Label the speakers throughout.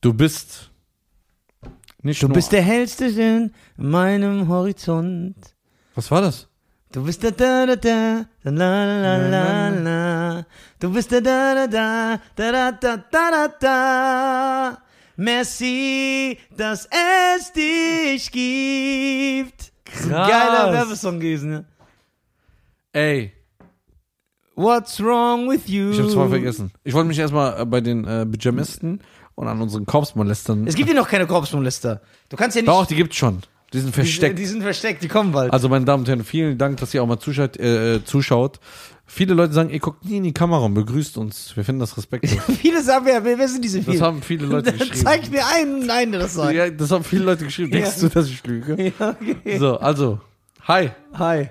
Speaker 1: Du bist nicht
Speaker 2: Du
Speaker 1: nur,
Speaker 2: bist der hellste in meinem Horizont.
Speaker 1: Was war das?
Speaker 2: Du bist da da da da, da la la la la la. Du bist da da da da, da da da da da da. Merci, dass es dich gibt. Krass.
Speaker 1: Krass.
Speaker 2: Geiler Werbesong gewesen, ne?
Speaker 1: Ey,
Speaker 2: What's wrong with you?
Speaker 1: ich hab's voll vergessen. Ich wollte mich erstmal äh, bei den äh, Pyjamisten und an unseren Korpsmolestern.
Speaker 2: Es gibt ja noch keine Korpsmolester. Du kannst ja nicht.
Speaker 1: Doch, die gibt's schon. Die sind
Speaker 2: die,
Speaker 1: versteckt.
Speaker 2: die sind versteckt, die kommen bald.
Speaker 1: Also, meine Damen und Herren, vielen Dank, dass ihr auch mal zuschaut. Äh, äh, zuschaut. Viele Leute sagen, ihr guckt nie in die Kamera und begrüßt uns. Wir finden das respektlos.
Speaker 2: viele sagen ja, wer, wer sind diese
Speaker 1: Das
Speaker 2: vielen?
Speaker 1: haben viele Leute geschrieben.
Speaker 2: Zeig mir einen, einen, der das sagt.
Speaker 1: ja, das haben viele Leute geschrieben. Denkst du, dass ich lüge?
Speaker 2: Ja, okay.
Speaker 1: So, also, hi.
Speaker 2: Hi.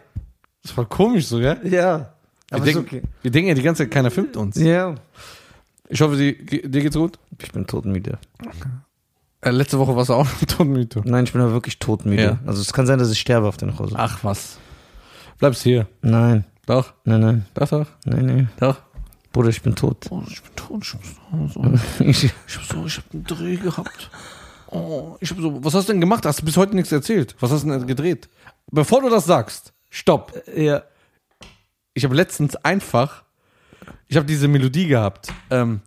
Speaker 1: Das war komisch so, gell?
Speaker 2: Ja.
Speaker 1: Wir,
Speaker 2: Aber ist
Speaker 1: denken,
Speaker 2: okay.
Speaker 1: wir denken ja die ganze Zeit, keiner filmt uns.
Speaker 2: Ja.
Speaker 1: Ich hoffe, die, dir geht's gut.
Speaker 2: Ich bin todmüde.
Speaker 1: Äh, letzte Woche warst du auch noch Tonmytho.
Speaker 2: Nein, ich bin aber wirklich todmüde.
Speaker 1: Ja.
Speaker 2: Also es kann sein, dass ich sterbe auf der Nachhause.
Speaker 1: Ach was. Bleibst hier.
Speaker 2: Nein,
Speaker 1: Doch,
Speaker 2: nein, nein,
Speaker 1: doch, doch,
Speaker 2: nein, nein.
Speaker 1: doch.
Speaker 2: Bruder, ich bin tot.
Speaker 1: Oh, ich bin tot. Ich hab so,
Speaker 2: Ich,
Speaker 1: ich hab so, ich hab einen Dreh gehabt. Oh, ich hab so. Was hast du denn gemacht? Hast du bis heute nichts erzählt? Was hast du denn gedreht? Bevor du das sagst, stopp.
Speaker 2: ja.
Speaker 1: ich habe letztens einfach, ich habe diese Melodie gehabt. Ähm,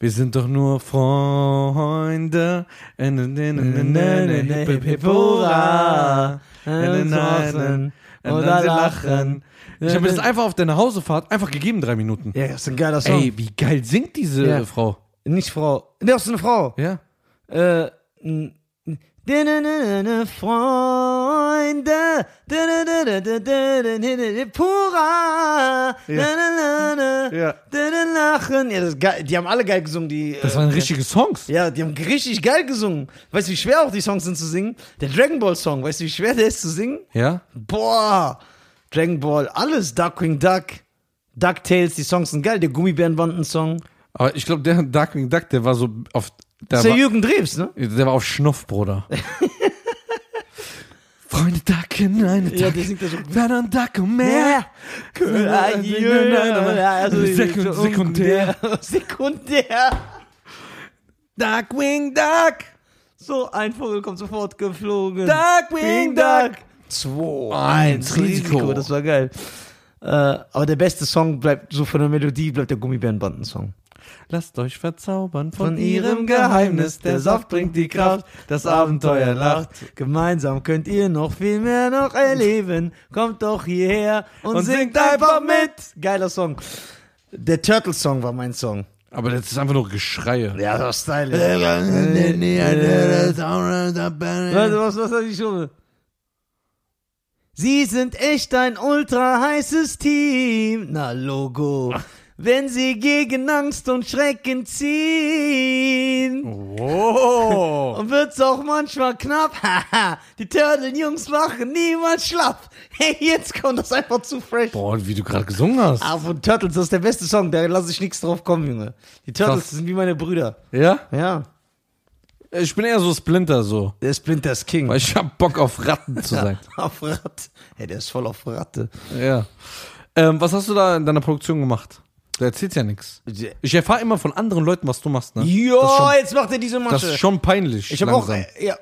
Speaker 1: wir sind doch nur Freunde. Äh, ne, ne, ne, ne, ne, ne, hip, hip, hip, hurra. Äh, ne, ne, ne. Äh,
Speaker 2: Oder
Speaker 1: dann sie lachen.
Speaker 2: lachen.
Speaker 1: Ich habe mir das einfach auf der Nachhausefahrt einfach gegeben, drei Minuten.
Speaker 2: Ja, das ist ein geiler Song.
Speaker 1: Ey, wie geil singt diese
Speaker 2: Ja.
Speaker 1: Frau.
Speaker 2: Nicht Frau. Ne, das ist eine Frau.
Speaker 1: Ja.
Speaker 2: Äh, n- n- Freunde, Pura,
Speaker 1: Ja.
Speaker 2: lachen. Ja, das ist geil. Die haben alle geil gesungen, die.
Speaker 1: Das
Speaker 2: äh,
Speaker 1: waren richtige Songs.
Speaker 2: Ja, die haben richtig geil gesungen. Weißt du, wie schwer auch die Songs sind zu singen? Der Dragon Ball Song, weißt du, wie schwer der ist zu singen?
Speaker 1: Ja.
Speaker 2: Boah! Dragon Ball, alles, Duckwing Duck, DuckTales, die Songs sind geil, der Gummibärenbanden-Song.
Speaker 1: Aber ich glaube, der Darkwing Duck, der war so auf. Der
Speaker 2: Das ist
Speaker 1: war-
Speaker 2: der Jürgen Drebs, ne?
Speaker 1: Der war auf Schnuff, Bruder. Freunde Dacken, eine
Speaker 2: Ja,
Speaker 1: Dacken.
Speaker 2: der singt das so.
Speaker 1: Dann ein Dacken mehr. Sekund- Sekundär.
Speaker 2: also Sekundär.
Speaker 1: Darkwing Duck.
Speaker 2: So ein Vogel kommt sofort geflogen.
Speaker 1: Darkwing Duck.
Speaker 2: 2,
Speaker 1: Eins,
Speaker 2: 1, Risiko.
Speaker 1: Risiko.
Speaker 2: Das war geil. Äh, aber der beste Song bleibt, so von der Melodie, bleibt der Gummibärenbanden-Song.
Speaker 1: Lasst euch verzaubern von,
Speaker 2: Von ihrem Geheimnis, der Saft bringt die Kraft, das Abenteuer lacht. Gemeinsam könnt ihr noch viel mehr noch erleben. Kommt doch hierher und,
Speaker 1: Und
Speaker 2: singt
Speaker 1: singt
Speaker 2: einfach
Speaker 1: einfach
Speaker 2: mit. Geiler Song. Der Turtle-Song war mein Song.
Speaker 1: Aber das ist einfach nur Geschreie.
Speaker 2: Ja, das ist stylisch. Warte,
Speaker 1: Warte,
Speaker 2: was, was hat die Schuhe? Sie sind echt ein ultra heißes Team. Na, Logo. Wenn sie gegen Angst und Schrecken ziehen.
Speaker 1: Wow.
Speaker 2: Und wird's auch manchmal knapp. Haha, die Turtle-Jungs machen niemand schlapp. Hey, jetzt kommt das einfach zu fresh.
Speaker 1: Boah, und wie du gerade gesungen hast.
Speaker 2: Ah, von Turtles, das ist der beste Song, da lasse ich nichts drauf kommen, Junge. Die Turtles
Speaker 1: Krass.
Speaker 2: sind wie meine Brüder.
Speaker 1: Ja?
Speaker 2: Ja.
Speaker 1: Ich bin eher so Splinter so.
Speaker 2: Der Splinter ist King.
Speaker 1: Weil ich hab Bock auf Ratten zu sein.
Speaker 2: auf Ratte. Hey, der ist voll auf Ratte.
Speaker 1: Ja. Ähm, was hast du da in deiner Produktion gemacht? Du erzählst ja nichts. Ich erfahre immer von anderen Leuten, was du machst, ne? das ist
Speaker 2: Jo,
Speaker 1: schon,
Speaker 2: jetzt macht er diese
Speaker 1: das ist
Speaker 2: Masche.
Speaker 1: schon peinlich.
Speaker 2: Ich habe auch.
Speaker 1: langsam.
Speaker 2: äh, Ja.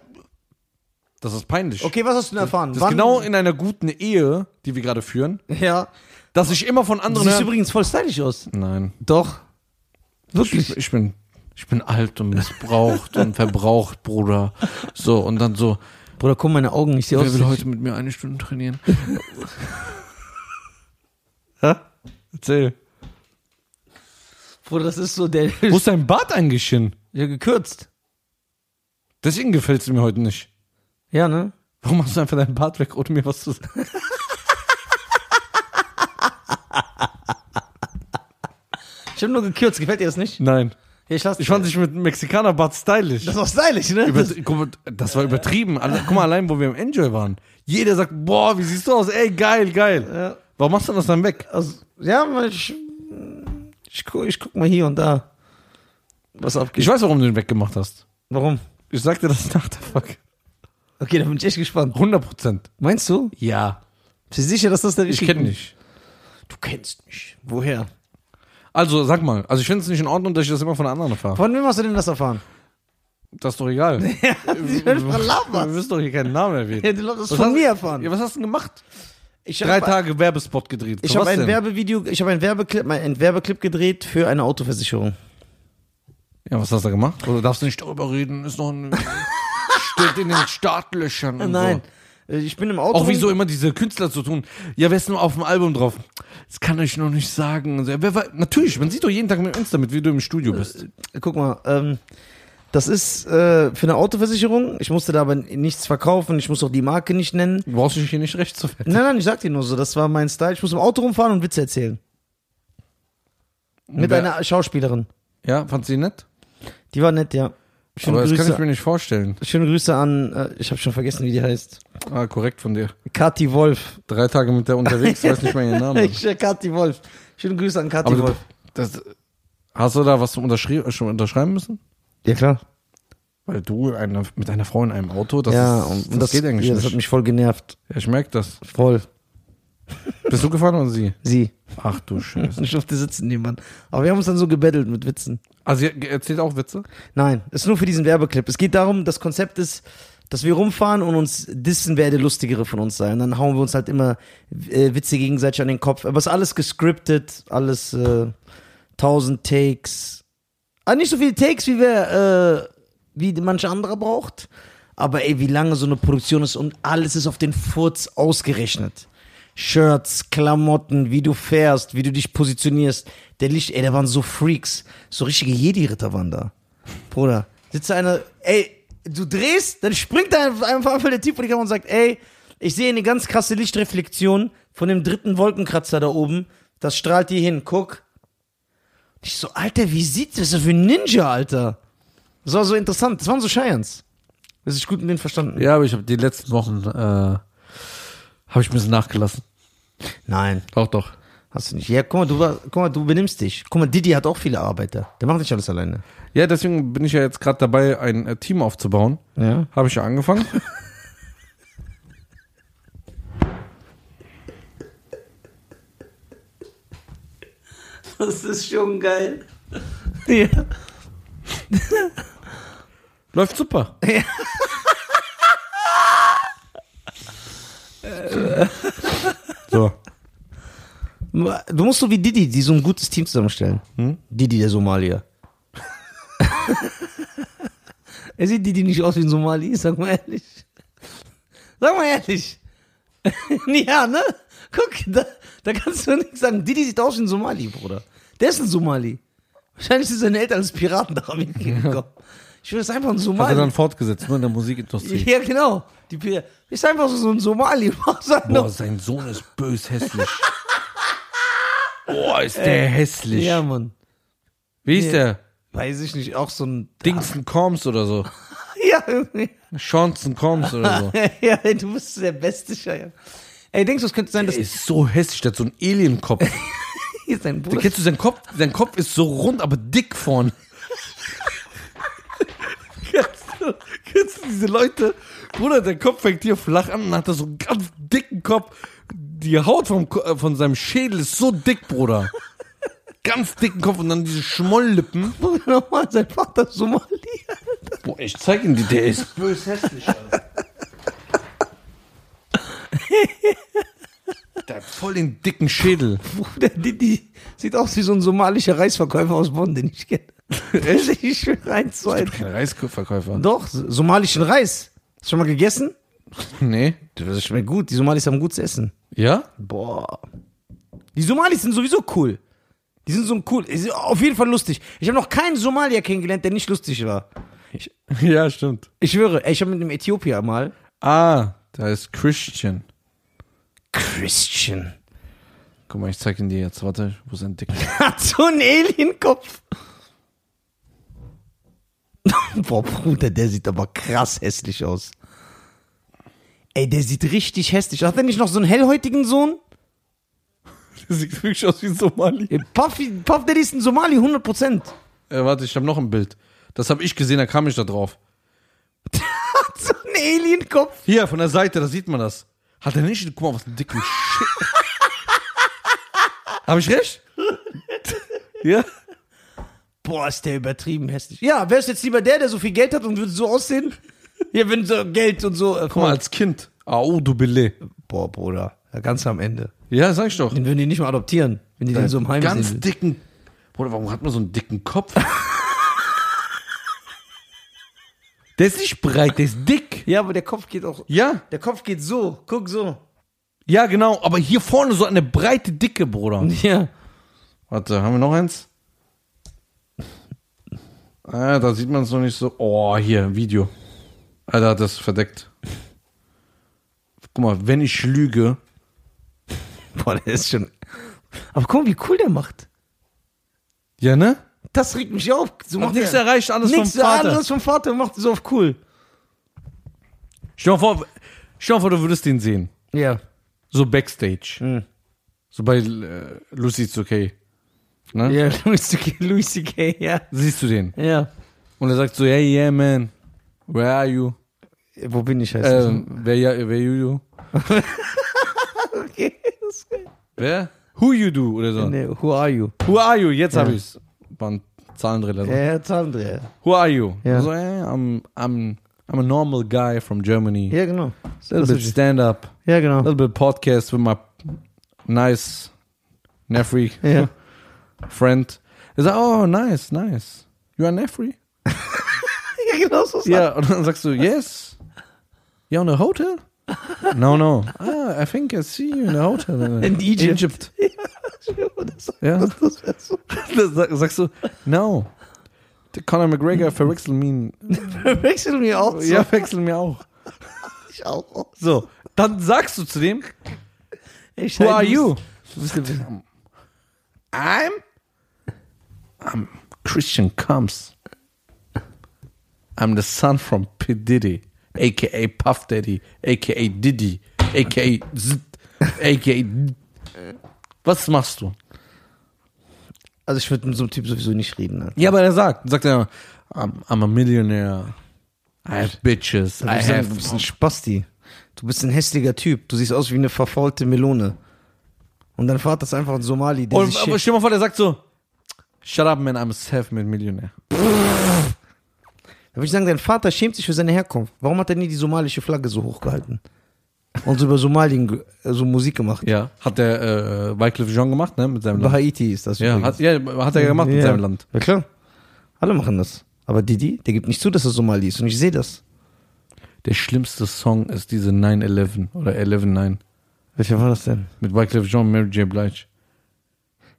Speaker 1: Das ist peinlich.
Speaker 2: Okay, was hast du denn erfahren?
Speaker 1: Das ist
Speaker 2: Wann-
Speaker 1: genau in einer guten Ehe, die wir gerade führen,
Speaker 2: Ja.
Speaker 1: dass ich immer von
Speaker 2: Du
Speaker 1: anderen.
Speaker 2: siehst
Speaker 1: höre-
Speaker 2: übrigens voll stylisch aus.
Speaker 1: Nein.
Speaker 2: Doch.
Speaker 1: Ich, ich bin. Ich bin alt und missbraucht und verbraucht, Bruder. So, und dann so,
Speaker 2: Bruder, guck meine Augen, ich sehe
Speaker 1: wer
Speaker 2: aus.
Speaker 1: will heute mit mir eine Stunde trainieren? Hä? Erzähl.
Speaker 2: Bruder, das ist so der.
Speaker 1: Wo ist dein Bart eigentlich hin?
Speaker 2: Ja, gekürzt.
Speaker 1: Deswegen gefällt es mir heute nicht.
Speaker 2: Ja, ne?
Speaker 1: Warum hast du einfach deinen Bart weg, ohne mir was zu sagen?
Speaker 2: Ich habe nur gekürzt, gefällt dir das nicht?
Speaker 1: Nein.
Speaker 2: Ja, ich lass
Speaker 1: Ich fand dich mit Mexikaner Bart stylisch.
Speaker 2: Das war stylisch, ne?
Speaker 1: Über, guck mal, das war übertrieben. Alle- Guck mal, allein wo wir im Enjoy waren. Jeder sagt, boah, wie siehst du aus? Ey, geil, geil.
Speaker 2: Ja.
Speaker 1: Warum machst du das dann weg?
Speaker 2: Also, ja, weil ich, ich, gu- ich guck mal hier und da, was abgeht.
Speaker 1: Ich weiß, warum du ihn weggemacht hast.
Speaker 2: Warum?
Speaker 1: Ich sagte das nach der Folge.
Speaker 2: Okay, da bin ich echt gespannt.
Speaker 1: 100 Prozent.
Speaker 2: Meinst du?
Speaker 1: Ja.
Speaker 2: Bist du sicher, dass das der
Speaker 1: Ich
Speaker 2: richtige
Speaker 1: kenne dich.
Speaker 2: Du kennst mich. Woher?
Speaker 1: Also, sag mal. Also, ich finde es nicht in Ordnung, dass ich das immer von anderen erfahre.
Speaker 2: Von wem hast du denn das erfahren?
Speaker 1: Das ist doch egal.
Speaker 2: Die hören von
Speaker 1: Wir
Speaker 2: Lamas.
Speaker 1: müssen doch hier keinen Namen erwähnen.
Speaker 2: Ja, du hast das
Speaker 1: Was
Speaker 2: von
Speaker 1: hast-
Speaker 2: mir erfahren.
Speaker 1: Ja, was hast du denn gemacht?
Speaker 2: Ich
Speaker 1: Drei
Speaker 2: hab-
Speaker 1: Tage Werbespot gedreht.
Speaker 2: Ich
Speaker 1: Für
Speaker 2: habe
Speaker 1: was
Speaker 2: ein
Speaker 1: denn?
Speaker 2: Werbevideo, ich habe einen Werbeclip, einen Werbeclip gedreht für eine Autoversicherung.
Speaker 1: Ja, was hast du gemacht? Oder Also, darfst du nicht darüber reden? Ist noch ein. steht in den Startlöchern und
Speaker 2: Nein,
Speaker 1: so.
Speaker 2: äh, ich bin im Auto.
Speaker 1: Auch wieso immer diese Künstler zu tun. Ja, wer ist nur auf dem Album drauf? Das kann ich noch nicht sagen. Und so, ja, wer war, natürlich, man sieht doch jeden Tag mit Insta mit, wie du im Studio
Speaker 2: Äh,
Speaker 1: bist.
Speaker 2: Guck mal, ähm, das ist äh, für eine Autoversicherung. Ich musste dabei nichts verkaufen. Ich muss auch die Marke nicht nennen.
Speaker 1: Du brauchst dich hier nicht recht zu werden.
Speaker 2: Nein, nein, ich sag dir nur so, das war mein Style. Ich muss im Auto rumfahren und Witze erzählen. Mit
Speaker 1: Wer-
Speaker 2: einer Schauspielerin.
Speaker 1: Ja, fand sie nett?
Speaker 2: Die war nett, ja. Schöne,
Speaker 1: Aber das kann ich
Speaker 2: Grüße,
Speaker 1: mir nicht vorstellen.
Speaker 2: schöne Grüße an, äh, ich habe schon vergessen, wie die heißt.
Speaker 1: Ah, korrekt von dir.
Speaker 2: Kathi Wolf.
Speaker 1: Drei Tage mit der unterwegs, weiß nicht mehr ihren Namen.
Speaker 2: Ich, äh, Kathi Wolf. Schöne Grüße an Kathi
Speaker 1: Aber du,
Speaker 2: Wolf.
Speaker 1: das, hast du da was zum unterschrie- äh, schon unterschreiben müssen?
Speaker 2: Ja, klar.
Speaker 1: Weil du eine, mit einer Frau in einem Auto, das,
Speaker 2: ja,
Speaker 1: ist,
Speaker 2: und
Speaker 1: das, geht eigentlich
Speaker 2: ja, Das hat
Speaker 1: nicht.
Speaker 2: mich voll genervt.
Speaker 1: Ja, ich merke das.
Speaker 2: Voll.
Speaker 1: Bist du gefahren oder sie?
Speaker 2: Sie.
Speaker 1: Ach du Scheiße.
Speaker 2: Ich durfte sitzen, niemand. Aber wir haben uns dann so gebettelt mit Witzen.
Speaker 1: Also ihr erzählt auch Witze?
Speaker 2: Nein, ist nur für diesen Werbeclip. Es geht darum, das Konzept ist, dass wir rumfahren und uns dissen, wer der Lustigere von uns sei. Und dann hauen wir uns halt immer äh, Witze gegenseitig an den Kopf. Aber es ist alles gescriptet, alles äh, 1000 Takes. Ah, nicht so viele Takes, wie wir, äh, wie manche andere braucht. Aber ey, wie lange so eine Produktion ist und alles ist auf den Furz ausgerechnet. Shirts, Klamotten, wie du fährst, wie du dich positionierst. Der Licht, ey, da waren so Freaks. So richtige Jedi-Ritter waren da. Bruder, sitzt da einer, ey, du drehst, dann springt da einfach einfach der Typ vor die Kamera und sagt, ey, ich sehe eine ganz krasse Lichtreflexion von dem dritten Wolkenkratzer da oben. Das strahlt hier hin, guck. Ich so, Alter, wie sieht das für ein Ninja, Alter? Das war so interessant. Das waren so Scheins. Das ist gut mit denen verstanden.
Speaker 1: Ja, aber ich habe die letzten Wochen, äh, habe ich ein bisschen nachgelassen.
Speaker 2: Nein,
Speaker 1: Doch, doch.
Speaker 2: hast du nicht. Ja, guck mal, du, war, guck mal, du benimmst dich. Guck mal, Didi hat auch viele Arbeiter. Der macht nicht alles alleine.
Speaker 1: Ja, deswegen bin ich ja jetzt gerade dabei, ein äh, Team aufzubauen.
Speaker 2: Ja.
Speaker 1: Habe ich ja angefangen.
Speaker 2: Das ist schon geil. Ja.
Speaker 1: Läuft super. so.
Speaker 2: Du musst so wie Didi, die so ein gutes Team zusammenstellen. Didi, der Somalier. er sieht Didi nicht aus wie ein Somali, sag mal ehrlich. Sag mal ehrlich. ja, ne? Guck, da, da kannst du nichts sagen. Didi sieht aus wie ein Somali, Bruder. Der ist ein Somali. Wahrscheinlich sind seine Eltern als Piraten nach Amerika gekommen. Ich will das ist einfach ein
Speaker 1: Hat er
Speaker 2: Somali.
Speaker 1: dann fortgesetzt, nur in der Musikindustrie.
Speaker 2: Ja, genau. Die Pir ist einfach so ein Somali. Was soll
Speaker 1: Boah,
Speaker 2: noch?
Speaker 1: sein Sohn ist bös hässlich. Boah, ist der hässlich.
Speaker 2: Ja, Mann.
Speaker 1: Wie ist der?
Speaker 2: Weiß ich nicht, auch so ein
Speaker 1: Dingsen Combs oder so.
Speaker 2: Ja, irgendwie.
Speaker 1: Johnson Combs oder so.
Speaker 2: ja, ey, du bist der beste Scheier. Ey, denkst du, es könnte sein, dass
Speaker 1: Der ist so hässlich, der hat so einen Alien-Kopf.
Speaker 2: hier sein Bruder.
Speaker 1: Kennst du seinen Kopf? Sein Kopf ist so rund, aber dick vorn. kennst, du, kennst du diese Leute? Bruder, der Kopf fängt hier flach an und hat da so einen ganz dicken Kopf. Die Haut vom, Ko- äh, von seinem Schädel ist so dick, Bruder. Ganz dicken Kopf und dann diese Schmolllippen.
Speaker 2: Bruder nochmal, sein Vater ist Somali.
Speaker 1: Boah, ich zeig ihm die, der ist
Speaker 3: Bös hässlich, Alter.
Speaker 1: Der hat voll den dicken Schädel.
Speaker 2: Bruder, Didi sieht aus wie so ein somalischer Reisverkäufer aus Bonn, den ich kenne. Echt? Ich bin rein, zwei.
Speaker 1: Kein Reisverkäufer.
Speaker 2: Doch, so- somalischen Reis. Hast du schon mal gegessen?
Speaker 1: Nee.
Speaker 2: Das schmeckt gut, die Somalis haben gutes Essen.
Speaker 1: Ja?
Speaker 2: Boah. Die Somalis sind sowieso cool. Die sind so ein cool, ist auf jeden Fall lustig. Ich habe noch keinen Somalier kennengelernt, der nicht lustig war.
Speaker 1: Ja, stimmt.
Speaker 2: Ich schwöre, ey, ich habe mit einem Äthiopier mal
Speaker 1: Ah, da ist Christian.
Speaker 2: Christian.
Speaker 1: Guck mal, ich zeig ihn dir jetzt. Warte, wo ist ein dicker?
Speaker 2: Hat so einen Alienkopf. Boah, Bruder, der sieht aber krass hässlich aus. Ey, der sieht richtig hässlich. aus. Hat er nicht noch so einen hellhäutigen Sohn?
Speaker 1: Der sieht wirklich aus wie ein Somali.
Speaker 2: Ey, Puff, Puff Daddy ist ein Somali, 100%.
Speaker 1: Äh, warte, ich habe noch ein Bild. Das habe ich gesehen, da kam ich da drauf.
Speaker 2: Hat so einen Alienkopf.
Speaker 1: Hier, von der Seite, da sieht man das. Hat er nicht? Guck mal, was ein dicken Shit. habe ich recht? ja?
Speaker 2: Boah, ist der übertrieben hässlich. Ja, wärst jetzt lieber der, der so viel Geld hat und würde so aussehen? Ja, wenn so Geld und so. äh,
Speaker 1: Guck mal, als Kind. Au, du Billet.
Speaker 2: Boah, Bruder. Ja, Ganz am Ende.
Speaker 1: Ja, sag ich doch.
Speaker 2: Den würden die nicht mal adoptieren, wenn die den so im Heim
Speaker 1: Ganz
Speaker 2: sehen. würden.
Speaker 1: dicken. Bruder, warum hat man so einen dicken Kopf? der ist nicht breit, der ist dick.
Speaker 2: Ja, aber der Kopf geht auch.
Speaker 1: Ja,
Speaker 2: Der Kopf geht so. Guck so.
Speaker 1: ja, genau. Aber hier vorne so eine breite Dicke, Bruder.
Speaker 2: Ja.
Speaker 1: Warte, haben wir noch eins? Ah, da sieht man es noch nicht so. Oh, hier, Video. Alter, hat das verdeckt. Guck mal, wenn ich lüge.
Speaker 2: Boah, der ist schon. Aber guck mal, wie cool der macht.
Speaker 1: Ja, ne?
Speaker 2: Das regt mich auf. So
Speaker 1: Hat
Speaker 2: macht
Speaker 1: nichts
Speaker 2: der.
Speaker 1: erreicht, alles
Speaker 2: Nichts
Speaker 1: vom Vater.
Speaker 2: anderes vom Vater macht so auf cool.
Speaker 1: Stell dir vor, stell dir vor, du würdest den sehen.
Speaker 2: Ja.
Speaker 1: So Backstage.
Speaker 2: Mhm.
Speaker 1: So bei äh, Lucy's okay. Ne?
Speaker 2: Ja, Louis C.K., Louis C.K., ja.
Speaker 1: Siehst du den.
Speaker 2: Ja.
Speaker 1: Und er sagt so, hey, yeah, man. Where are you?
Speaker 2: Wo bin ich heißt das?
Speaker 1: Ähm, wer, ja, wer you you?
Speaker 2: Okay, das ist geil.
Speaker 1: Wer? Who you do? Oder so.
Speaker 2: Nee, who are you?
Speaker 1: Who are you? Jetzt hab ich's. War ein Zahlendreher. So.
Speaker 2: Ja, Herr Zahnreher.
Speaker 1: also. Who are you?
Speaker 2: Ja.
Speaker 1: So, hey, I'm, I'm, I'm a normal guy from Germany.
Speaker 2: Ja, genau.
Speaker 1: A little bit stand up.
Speaker 2: ja,
Speaker 1: A
Speaker 2: genau.
Speaker 1: little bit podcast with my nice Nefri
Speaker 2: Ja.
Speaker 1: friend. Er sagt, oh, nice, nice. You are Nefri?
Speaker 2: ja, genau so sagt-
Speaker 1: Ja, und dann sagst du, yes. You on a hotel? No, no. Ah, I think I see you in a hotel.
Speaker 2: In Egypt.
Speaker 1: Egypt.
Speaker 2: Das sagt-
Speaker 1: Ja.
Speaker 2: das wär so-
Speaker 1: Dann sag- sagst du, no. Der Conor McGregor verwechselt mich.
Speaker 2: Verwechseln wir auch so.
Speaker 1: Ja, wechseln mir auch.
Speaker 2: Ich auch.
Speaker 1: So, dann sagst du zu dem,
Speaker 2: Ich
Speaker 1: who
Speaker 2: halt
Speaker 1: are
Speaker 2: nicht-
Speaker 1: you?
Speaker 2: Du bist der-
Speaker 1: I'm I'm Christian Combs. I'm the son from P. Diddy, aka Puff Daddy, aka Diddy, aka Z, aka D. Was machst du?
Speaker 2: Also ich würde mit so einem Typ sowieso nicht reden. Ne?
Speaker 1: Ja, aber er sagt, sagt er, I'm, I'm a millionaire. I have bitches. I
Speaker 2: Du bist ein- du bist ein
Speaker 1: have.
Speaker 2: Spasti. Du bist ein hässlicher Typ. Du siehst aus wie eine verfaulte Melone. Und dein Vater ist einfach ein Somali, der
Speaker 1: Und
Speaker 2: sich
Speaker 1: aber
Speaker 2: schämt.
Speaker 1: stell dir mal vor, der sagt so, Shut up, man, I'm a self-made-millionaire.
Speaker 2: Da würde ich sagen, dein Vater schämt sich für seine Herkunft. Warum hat er nie die somalische Flagge so hochgehalten? Und so über Somalien ge- äh, so Musik gemacht.
Speaker 1: Ja, hat der äh, Wycliffe Jean gemacht, ne, mit seinem
Speaker 2: Über
Speaker 1: Land.
Speaker 2: Haiti ist das
Speaker 1: Ja,
Speaker 2: übrigens.
Speaker 1: hat, ja, hat er gemacht mit
Speaker 2: Ja.
Speaker 1: seinem Land.
Speaker 2: Ja, klar. Alle machen das. Aber Didi, der gibt nicht zu, dass er Somali ist. Und ich sehe das.
Speaker 1: Der schlimmste Song ist diese 9-11 oder 11-9
Speaker 2: Welcher war das denn?
Speaker 1: mit Wyclef Jean, Mary J. Blige.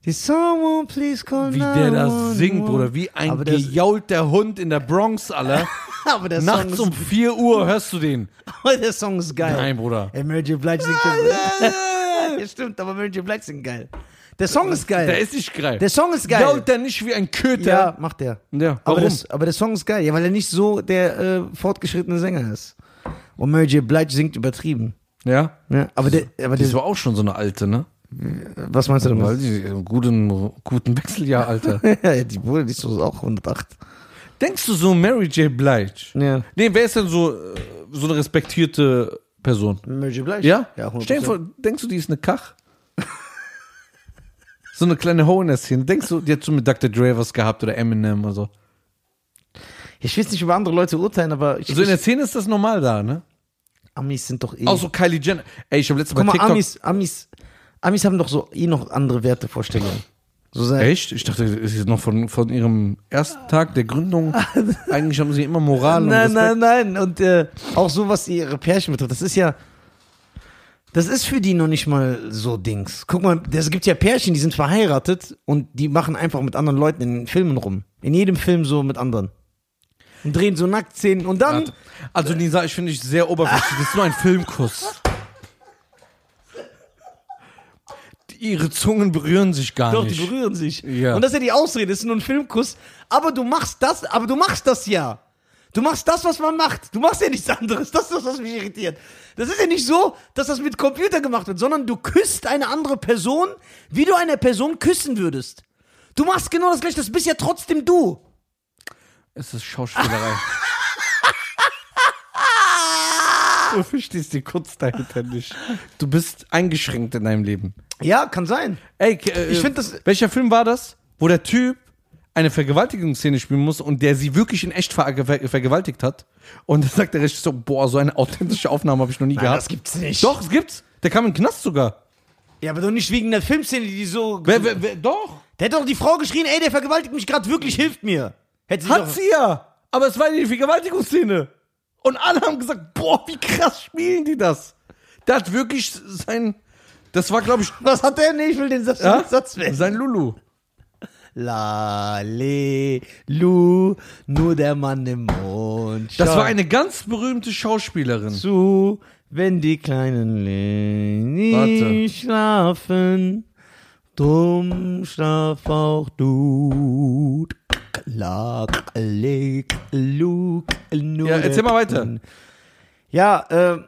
Speaker 2: Die Someone please call
Speaker 1: Wie der das
Speaker 2: 911.
Speaker 1: singt, Bruder, wie ein
Speaker 2: Aber der ist-
Speaker 1: gejaulter Hund in der Bronx, Alter.
Speaker 2: Aber der Song,
Speaker 1: Nachts
Speaker 2: ist,
Speaker 1: um 4 Uhr hörst du den.
Speaker 2: aber der Song ist geil.
Speaker 1: Nein, Bruder.
Speaker 2: Ey, Mary J. Blige singt das. ja, stimmt, aber Mary J. Blige singt geil. Der Song ist geil.
Speaker 1: Der ist nicht geil.
Speaker 2: Der Song ist geil.
Speaker 1: Jault der nicht wie ein
Speaker 2: ja,
Speaker 1: Köter.
Speaker 2: macht der.
Speaker 1: Ja,
Speaker 2: Aber,
Speaker 1: warum?
Speaker 2: das, aber der Song ist geil. Ja, weil er nicht so der äh, fortgeschrittene Sänger ist. Und Mary J. Blige singt übertrieben.
Speaker 1: ja.
Speaker 2: Ja, aber der, aber
Speaker 1: Das
Speaker 2: der,
Speaker 1: war auch schon so eine alte, ne?
Speaker 2: was meinst du
Speaker 1: Weil
Speaker 2: damit?
Speaker 1: die einen guten, guten Wechseljahr, Alter.
Speaker 2: ja, die Bruder, die ist so auch 108.
Speaker 1: Denkst du so Mary J. Blige?
Speaker 2: Ja.
Speaker 1: Nee, wer ist denn so, äh, so eine respektierte Person?
Speaker 2: Mary J. Blige?
Speaker 1: Ja?
Speaker 2: Ja, 100%.
Speaker 1: Stell dir vor, denkst du, die ist eine Kach? so eine kleine Hoheness-Szene. Denkst du, die hat so mit Dr. Dre was gehabt oder Eminem oder so?
Speaker 2: Ich will jetzt nicht über andere Leute urteilen, aber ich,
Speaker 1: So in der
Speaker 2: ich,
Speaker 1: Szene ist das normal da, ne?
Speaker 2: Amis sind doch eh.
Speaker 1: Auch so Kylie Jenner. Ey, ich habe letztens
Speaker 2: Guck
Speaker 1: bei
Speaker 2: mal,
Speaker 1: TikTok...
Speaker 2: Amis, Amis, Amis haben doch so eh noch andere Wertevorstellungen. So sein.
Speaker 1: Echt? Ich dachte, das ist noch von, von ihrem ersten Tag der Gründung. Eigentlich haben sie immer Moral
Speaker 2: Nein,
Speaker 1: und Respekt.
Speaker 2: nein, nein. Und äh, auch so, was ihre Pärchen betrifft. Das ist ja. Das ist für die noch nicht mal so Dings. Guck mal, es gibt ja Pärchen, die sind verheiratet und die machen einfach mit anderen Leuten in den Filmen rum. In jedem Film so mit anderen. Und drehen so Nacktszenen und dann.
Speaker 1: Warte. Also Nisa, ich finde dich sehr oberflächlich. Das ist nur ein Filmkuss. Die- Ihre Zungen berühren sich gar
Speaker 2: Doch,
Speaker 1: nicht.
Speaker 2: die berühren sich.
Speaker 1: Ja.
Speaker 2: Und das ist ja die Ausrede, das ist nur ein Filmkuss. Aber du machst das, aber du machst das ja. Du machst das, was man macht. Du machst ja nichts anderes. Das ist das, was mich irritiert. Das ist ja nicht so, dass das mit Computer gemacht wird, sondern du küsst eine andere Person, wie du eine Person küssen würdest. Du machst genau das gleiche, das bist ja trotzdem du.
Speaker 1: Es ist Schauspielerei. du verstehst die Kunst dahinter nicht. Du bist eingeschränkt in deinem Leben.
Speaker 2: Ja, kann sein.
Speaker 1: Ey, k- äh,
Speaker 2: Ich find das-
Speaker 1: Welcher Film war das, wo der Typ eine Vergewaltigungsszene spielen muss und der sie wirklich in echt verge ver vergewaltigt hat. Und dann sagt der Regisseur, boah, so eine authentische Aufnahme habe ich noch nie
Speaker 2: Nein,
Speaker 1: gehabt.
Speaker 2: das gibt's nicht.
Speaker 1: Doch, es gibt's. Der kam in den Knast sogar.
Speaker 2: Ja, aber doch nicht wegen der Filmszene, die so.
Speaker 1: Wer, wer, wer, doch.
Speaker 2: Der hat doch die Frau geschrien, ey, der vergewaltigt mich gerade wirklich, hilft mir. Hätte sie
Speaker 1: Hat
Speaker 2: doch,
Speaker 1: sie ja. Aber es war die Vergewaltigungsszene. Und alle haben gesagt, boah, wie krass spielen die das. Der hat wirklich sein, das war glaube ich,
Speaker 2: Was hat der? Nee, ich will den Satz,
Speaker 1: ja?
Speaker 2: Satz weg.
Speaker 1: sein Lulu.
Speaker 2: La, le, lu, nur der Mann im Mond.
Speaker 1: Das
Speaker 2: schaut
Speaker 1: war eine ganz berühmte Schauspielerin.
Speaker 2: zu, wenn die kleinen Leni
Speaker 1: Warte.
Speaker 2: schlafen. Drum schlaf auch du. La, le, lu, nur
Speaker 1: Ja, erzähl
Speaker 2: der-
Speaker 1: mal weiter.
Speaker 2: Ja, ähm,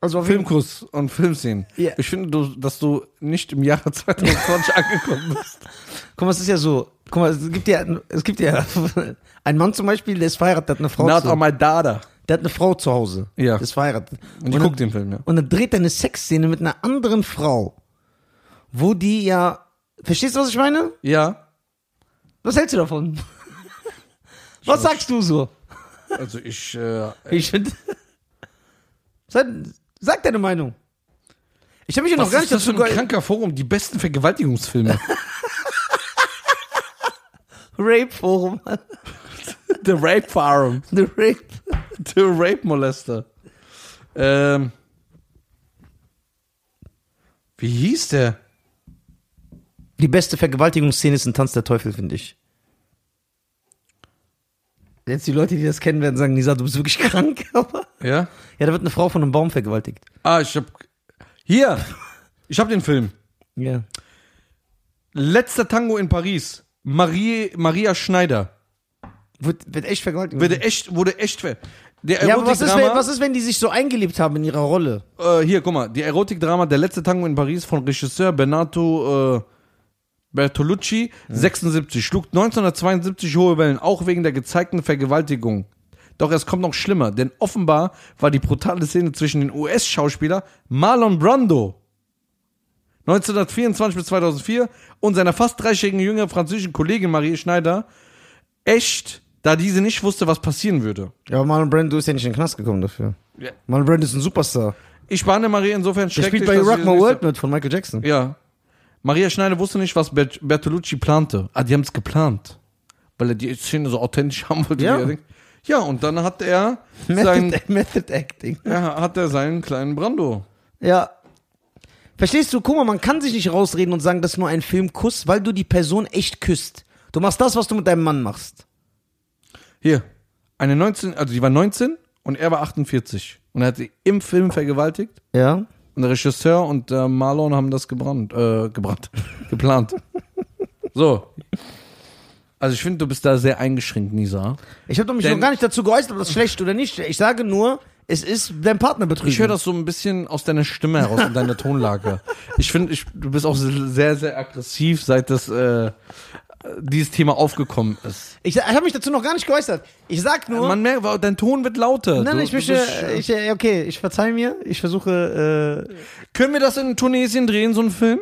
Speaker 2: also auf jeden
Speaker 1: Filmkuss und Filmszenen.
Speaker 2: Ja.
Speaker 1: Ich finde, du, dass du nicht im Jahre 2020 angekommen bist.
Speaker 2: Guck mal, es ist ja so. Guck mal, es gibt ja, es gibt ja einen Mann zum Beispiel, der ist verheiratet, der hat eine Frau,
Speaker 1: Not
Speaker 2: zu,
Speaker 1: on my dada.
Speaker 2: der hat eine Frau zu Hause.
Speaker 1: Ja.
Speaker 2: Der ist verheiratet.
Speaker 1: Und ich
Speaker 2: dann-
Speaker 1: guck den Film, ja.
Speaker 2: Und dann dreht er eine Sexszene mit einer anderen Frau, wo die ja. Verstehst du, was ich meine?
Speaker 1: Ja.
Speaker 2: Was hältst du davon? was sagst du so?
Speaker 1: Also ich, äh,
Speaker 2: Ich finde. Sag, sag deine Meinung. Ich habe mich ja noch
Speaker 1: was
Speaker 2: gar
Speaker 1: ist
Speaker 2: nicht
Speaker 1: das für
Speaker 2: dazu
Speaker 1: ein
Speaker 2: geäußert.
Speaker 1: kranker Forum? Die besten Vergewaltigungsfilme.
Speaker 2: Rape-Forum.
Speaker 1: The Rape Forum.
Speaker 2: The Rape.
Speaker 1: The Rape Molester. Ähm. Wie hieß der?
Speaker 2: Die beste Vergewaltigungsszene ist ein Tanz der Teufel, finde ich. Jetzt die Leute, die das kennen, werden sagen, Nisa, du bist wirklich krank. Aber
Speaker 1: Ja?
Speaker 2: ja, da wird eine Frau von einem Baum vergewaltigt.
Speaker 1: Ah, ich hab. Hier! Ich hab den Film.
Speaker 2: Ja.
Speaker 1: Letzter Tango in Paris. Marie, Maria Schneider.
Speaker 2: Wird, wird echt vergewaltigt.
Speaker 1: Wurde echt, wurde echt ver. Der
Speaker 2: ja, aber was ist, wenn,
Speaker 1: Erotikdrama,
Speaker 2: was ist, wenn die sich so eingelebt haben in ihrer Rolle?
Speaker 1: äh, hier, guck mal, die Erotikdrama Der letzte Tango in Paris von Regisseur Bernardo äh, Bertolucci, 76, schlug 1972 hohe Wellen, auch wegen der gezeigten Vergewaltigung. Doch es kommt noch schlimmer, denn offenbar war die brutale Szene zwischen den US-Schauspieler Marlon Brando 1924 bis 2004 und seiner fast 30-jährigen jüngeren französischen Kollegin Marie Schneider echt, da diese nicht wusste, was passieren würde.
Speaker 2: Ja, aber Marlon Brando ist ja nicht in den Knast gekommen dafür.
Speaker 1: Ja.
Speaker 2: Marlon Brando ist ein Superstar.
Speaker 1: Ich behandle Marie insofern
Speaker 2: Der
Speaker 1: schrecklich.
Speaker 2: spielt bei
Speaker 1: dass
Speaker 2: Rock
Speaker 1: sie
Speaker 2: My
Speaker 1: nicht-
Speaker 2: World mit von Michael Jackson.
Speaker 1: Ja. Maria Schneider wusste nicht, was Bert Bertolucci plante. Ah, die haben es geplant. Weil er die Szene so authentisch haben wollte.
Speaker 2: Ja.
Speaker 1: wie er denkt. ja und dann hat er, seinen,
Speaker 2: Method, Method Acting.
Speaker 1: ja, hat er seinen kleinen Brando.
Speaker 2: Ja. Verstehst du, guck mal, man kann sich nicht rausreden und sagen, das ist nur ein Filmkuss, weil du die Person echt küsst. Du machst das, was du mit deinem Mann machst.
Speaker 1: Hier, eine 19, also die war 19 und er war 48. Und er hat sie im Film vergewaltigt.
Speaker 2: Ja.
Speaker 1: Und der Regisseur und äh, Marlon haben das gebrannt, äh, gebrannt, geplant. So. Also ich finde, du bist da sehr eingeschränkt, Nisa.
Speaker 2: Ich habe mich
Speaker 1: Denn-
Speaker 2: noch gar nicht dazu geäußert, ob das schlecht oder nicht. Ich sage nur, es ist dein Partner betrügen.
Speaker 1: Ich höre das so ein bisschen aus deiner Stimme heraus und deiner Tonlage. Ich finde, ich, du bist auch sehr, sehr aggressiv, seit das, äh, dieses Thema aufgekommen ist.
Speaker 2: Ich, sa- ich habe mich dazu noch gar nicht geäußert. Ich sag nur.
Speaker 1: Man merkt, wow, dein Ton wird lauter.
Speaker 2: Oh. nein,
Speaker 1: Du-
Speaker 2: ich
Speaker 1: du
Speaker 2: möchte.
Speaker 1: bist-
Speaker 2: ich, äh, okay, ich verzeih mir. Ich versuche. Äh,
Speaker 1: können wir das in Tunesien drehen, so einen Film?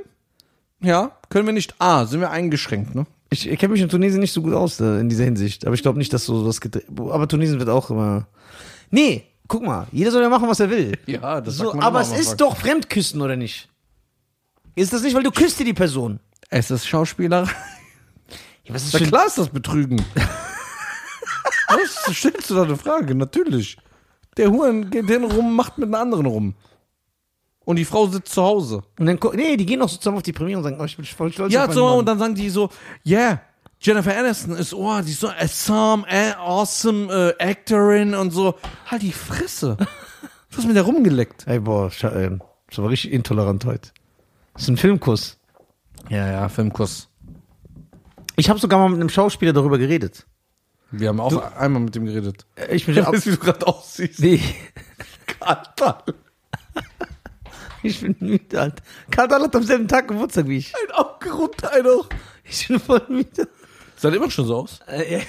Speaker 1: Ja, können wir nicht. Ah, sind wir eingeschränkt, ne?
Speaker 2: ich ich kenne mich in Tunesien nicht so gut aus äh, in dieser Hinsicht. Aber ich glaube nicht, dass so was gedreht. Aber Tunesien wird auch immer. Nee, guck mal. Jeder soll ja machen, was er will.
Speaker 1: Ja, das
Speaker 2: So, aber es ist doch Fremdküssen, oder nicht? Ist das nicht, weil du küsst dir die Person?
Speaker 1: Es ist Schauspieler.
Speaker 2: Ja, was ist
Speaker 1: Na klar ist das Betrügen. Was stellst du da eine Frage? Natürlich. Der Huren geht hin rum, macht mit einer anderen rum. Und die Frau sitzt zu Hause.
Speaker 2: Und dann, gu- nee, die gehen auch so zusammen auf die Premiere und sagen, oh, ich bin voll stolz auf
Speaker 1: Ja,
Speaker 2: meinen
Speaker 1: so,
Speaker 2: Mann.
Speaker 1: und dann sagen die so, yeah, Jennifer Aniston ist, oh, die ist so a some a awesome äh, Actorin und so. Halt die Fresse. Du hast mir da rumgeleckt.
Speaker 2: Ey, boah, scha- ähm, das war richtig intolerant heute. Das ist ein Filmkuss.
Speaker 1: Ja, ja, Filmkuss.
Speaker 2: Ich habe sogar mal mit einem Schauspieler darüber geredet.
Speaker 1: Wir haben auch einmal mit dem geredet.
Speaker 2: Äh, Ich bin,
Speaker 1: wie du gerade aussiehst.
Speaker 2: nee,
Speaker 1: Alter.
Speaker 2: ich bin müde, Alter. Kartal hat am selben Tag Geburtstag wie ich.
Speaker 1: Ein Auge runter, ein Auge.
Speaker 2: Ich bin voll müde.
Speaker 1: Sah der immer schon so aus?
Speaker 2: Äh, ja.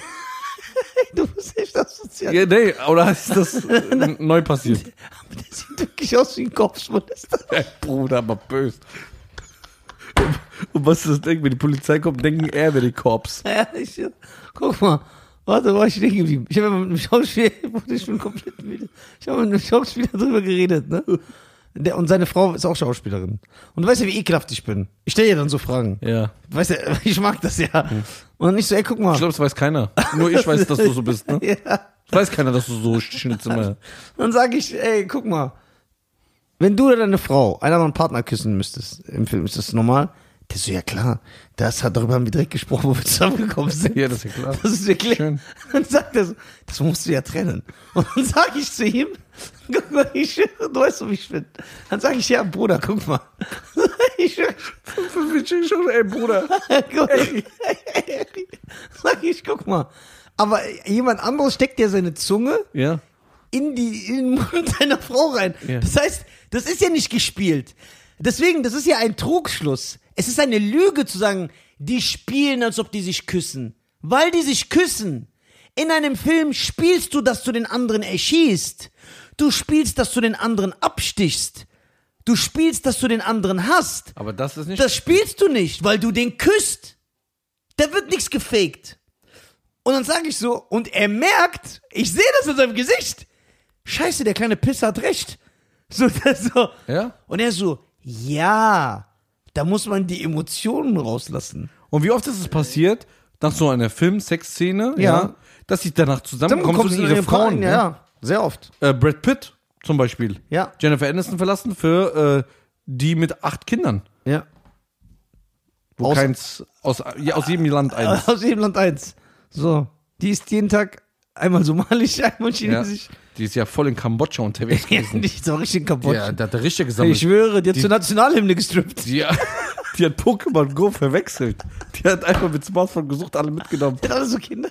Speaker 2: du bist echt asozial.
Speaker 1: Ja, nee, oder ist das äh, neu passiert?
Speaker 2: Aber der sieht wirklich aus wie ein Kopfschmolester.
Speaker 1: Bruder, aber böse. Und was ist das Ding? Wenn die Polizei kommt, denken er wäre die Cops.
Speaker 2: Ja, ich, guck mal. Warte, wo war ich stehen geblieben? Ich habe ja mit einem Schauspieler, Bruder, ich bin komplett müde. Ich habe mit einem Schauspieler drüber geredet, ne? Der, und seine Frau ist auch Schauspielerin. Und du weißt ja, wie ekelhaft ich bin. Ich stelle ja dann so Fragen.
Speaker 1: Ja.
Speaker 2: Weißt du, ich mag das ja. Und dann nicht so, ey, guck mal.
Speaker 1: Ich glaube, das weiß keiner. Nur ich weiß, dass du so bist, ne?
Speaker 2: Ja.
Speaker 1: Das weiß keiner, dass du so schnitzt immer.
Speaker 2: Dann sage ich, ey, guck mal. Wenn du oder deine Frau einen anderen Partner küssen müsstest im Film, ist das normal? Der so, ja klar. Das hat, darüber haben wir direkt gesprochen, wo wir zusammengekommen sind.
Speaker 1: Ja, das ist ja klar.
Speaker 2: Das ist wirklich.
Speaker 1: Schön.
Speaker 2: Dann sagt er so, das musst du ja trennen. Und dann sage ich zu ihm, guck mal, ich schwöre, du weißt, wie ich bin. Dann sage ich, ja, Bruder, guck mal. Ich schwöre,
Speaker 1: schon, ey, Bruder.
Speaker 2: guck, sag ich, guck mal. Aber jemand anderes steckt ja seine Zunge
Speaker 1: Ja.
Speaker 2: in, die, in den Mund deiner Frau rein.
Speaker 1: Ja.
Speaker 2: Das heißt, das ist ja nicht gespielt. Deswegen, das ist ja ein Trugschluss. Es ist eine Lüge zu sagen, die spielen, als ob die sich küssen. Weil die sich küssen. In einem Film spielst du, dass du den anderen erschießt. Du spielst, dass du den anderen abstichst. Du spielst, dass du den anderen hast.
Speaker 1: Aber das ist nicht.
Speaker 2: Das spielst du nicht, weil du den küsst. Da wird nichts gefaked. Und dann sage ich so, und er merkt, ich sehe das in seinem Gesicht. Scheiße, der kleine Pisser hat recht. So, das so.
Speaker 1: ja.
Speaker 2: Und er so, ja, da muss man die Emotionen rauslassen.
Speaker 1: Und wie oft ist es passiert, nach so einer Film-Sex-Szene, ja.
Speaker 2: Ja.
Speaker 1: dass sie danach zusammenkommen und sind ihre Frauen.
Speaker 2: ja.
Speaker 1: ne?
Speaker 2: sehr oft.
Speaker 1: Äh, Brad Pitt zum Beispiel.
Speaker 2: Ja.
Speaker 1: Jennifer Aniston verlassen für äh, die mit acht Kindern.
Speaker 2: Ja.
Speaker 1: Wo
Speaker 2: Aus-
Speaker 1: keins aus, ja, aus jedem Land eins.
Speaker 2: Aus jedem Land eins. So, die ist jeden Tag einmal somalisch, einmal
Speaker 1: Ja.
Speaker 2: chinesisch.
Speaker 1: Die ist ja voll in Kambodscha unterwegs
Speaker 2: Ja.
Speaker 1: gewesen.
Speaker 2: die ist auch richtig kaputt.
Speaker 1: Ja, da hat der richtig
Speaker 2: ich
Speaker 1: gesammelt.
Speaker 2: schwöre, die hat zur Nationalhymne gestrippt.
Speaker 1: die, die hat Pokémon Go verwechselt. Die hat einfach mit Smartphone gesucht, alle mitgenommen.
Speaker 2: Der hat alle so Kinder.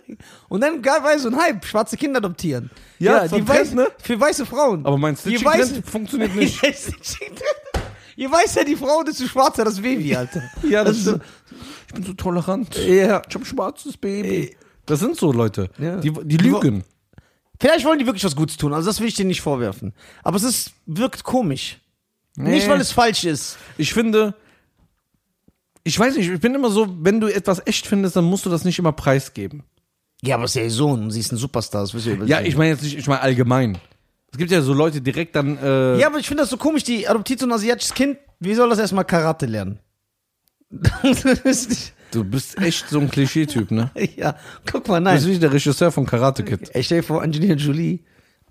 Speaker 2: Und dann gab es so ein Hype, schwarze Kinder adoptieren.
Speaker 1: Ja, so ein
Speaker 2: die weiß,
Speaker 1: Trend, ne?
Speaker 2: für weiße Frauen.
Speaker 1: Aber mein
Speaker 2: Je
Speaker 1: Stitching
Speaker 2: weiß-
Speaker 1: Trend funktioniert nicht.
Speaker 2: Ja, ist nicht Stitching Trend. Je weißer die Frau, desto schwarzer das Baby, Alter.
Speaker 1: Ja, das
Speaker 2: Also,
Speaker 1: ist, ich bin so tolerant.
Speaker 2: Ja.
Speaker 1: Ich hab ein schwarzes Baby. Das sind so Leute.
Speaker 2: Ja.
Speaker 1: Die, die lügen.
Speaker 2: Vielleicht wollen die wirklich was Gutes tun, also das will ich denen nicht vorwerfen. Aber es ist, wirkt komisch. Nicht, weil es falsch ist.
Speaker 1: Ich finde, ich weiß nicht, ich bin immer so, wenn du etwas echt findest, dann musst du das nicht immer preisgeben.
Speaker 2: Ja, aber es ist ja ihr Sohn und sie ist ein Superstar, das wisst ihr
Speaker 1: Ja, ich meine jetzt nicht, ich meine allgemein. Es gibt ja so Leute die direkt dann, äh,
Speaker 2: Ja, aber ich finde das so komisch, die adoptiert so ein asiatisches Kind, wie soll das erstmal Karate lernen? Das ist nicht,
Speaker 1: du bist echt so ein Klischeetyp, ne?
Speaker 2: ja, guck mal,
Speaker 1: Du
Speaker 2: nein.
Speaker 1: bist wie der Regisseur von Karate Kid.
Speaker 2: Ich stelle vor, Angelina Jolie,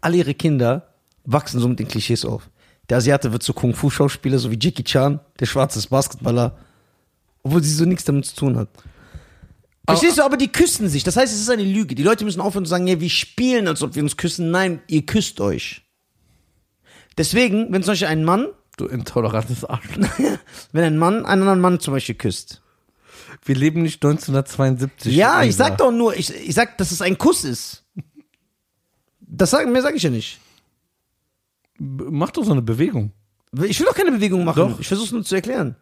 Speaker 2: alle ihre Kinder wachsen so mit den Klischees auf. Der Asiate wird so Kung-Fu-Schauspieler, so wie Jackie Chan, der schwarze ist Basketballer. Obwohl sie so nichts damit zu tun hat. Verstehst du, aber die küssen sich. Das heißt, es ist eine Lüge. Die Leute müssen aufhören zu sagen, ja, wir spielen, als ob wir uns küssen. Nein, ihr küsst euch. Deswegen, wenn zum Beispiel ein Mann,
Speaker 1: Du intolerantes Arschloch.
Speaker 2: wenn ein Mann einen anderen Mann zum Beispiel küsst.
Speaker 1: Wir leben nicht 1972.
Speaker 2: Ja, ich
Speaker 1: Isa.
Speaker 2: sag doch nur, ich, ich sag, dass es ein Kuss ist. Das sagen, mehr sage ich ja nicht.
Speaker 1: B- Mach doch so eine Bewegung.
Speaker 2: Ich will doch keine Bewegung machen.
Speaker 1: Doch.
Speaker 2: Ich versuche es nur zu erklären.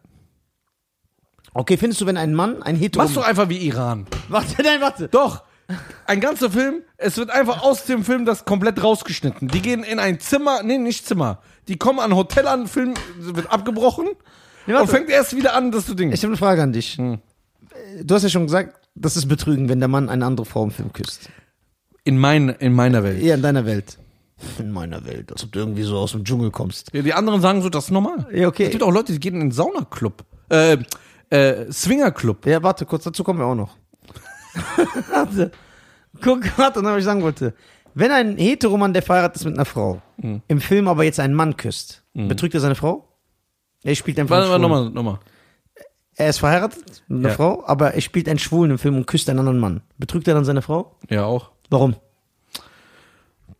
Speaker 2: Okay, findest du, wenn ein Mann ein um- Hetero...
Speaker 1: Machst du einfach wie Iran.
Speaker 2: Warte, nein, warte.
Speaker 1: Doch. Ein ganzer Film, es wird einfach aus dem Film das komplett rausgeschnitten. Die gehen in ein Zimmer, nee, nicht Zimmer. Die kommen an ein Hotel an, Film wird abgebrochen
Speaker 2: warte.
Speaker 1: und fängt erst wieder an, das zu Ding.
Speaker 2: Ich habe eine Frage an dich. Du hast ja schon gesagt, das ist Betrügen, wenn der Mann eine andere Frau im Film küsst.
Speaker 1: In, mein, in meiner Welt.
Speaker 2: Ja, in deiner Welt. In meiner Welt. Als ob du irgendwie so aus dem Dschungel kommst.
Speaker 1: Ja, die anderen sagen so, das ist normal.
Speaker 2: Ja, okay.
Speaker 1: Es gibt auch Leute, die gehen in den Saunaclub. Äh, äh, Swingerclub.
Speaker 2: Ja, warte, kurz dazu kommen wir auch noch. warte. Guck, warte, was ich sagen wollte. Wenn ein Heteroman, der verheiratet ist mit einer Frau, im Film aber jetzt einen Mann küsst, betrügt er seine Frau? Er spielt einfach einen
Speaker 1: Warte, warte,
Speaker 2: Schwulen.
Speaker 1: nochmal, nochmal.
Speaker 2: Er ist verheiratet mit einer
Speaker 1: Ja.
Speaker 2: Frau, aber er spielt einen Schwulen im Film und küsst einen anderen Mann. Betrügt er dann seine Frau?
Speaker 1: Ja, auch.
Speaker 2: Warum?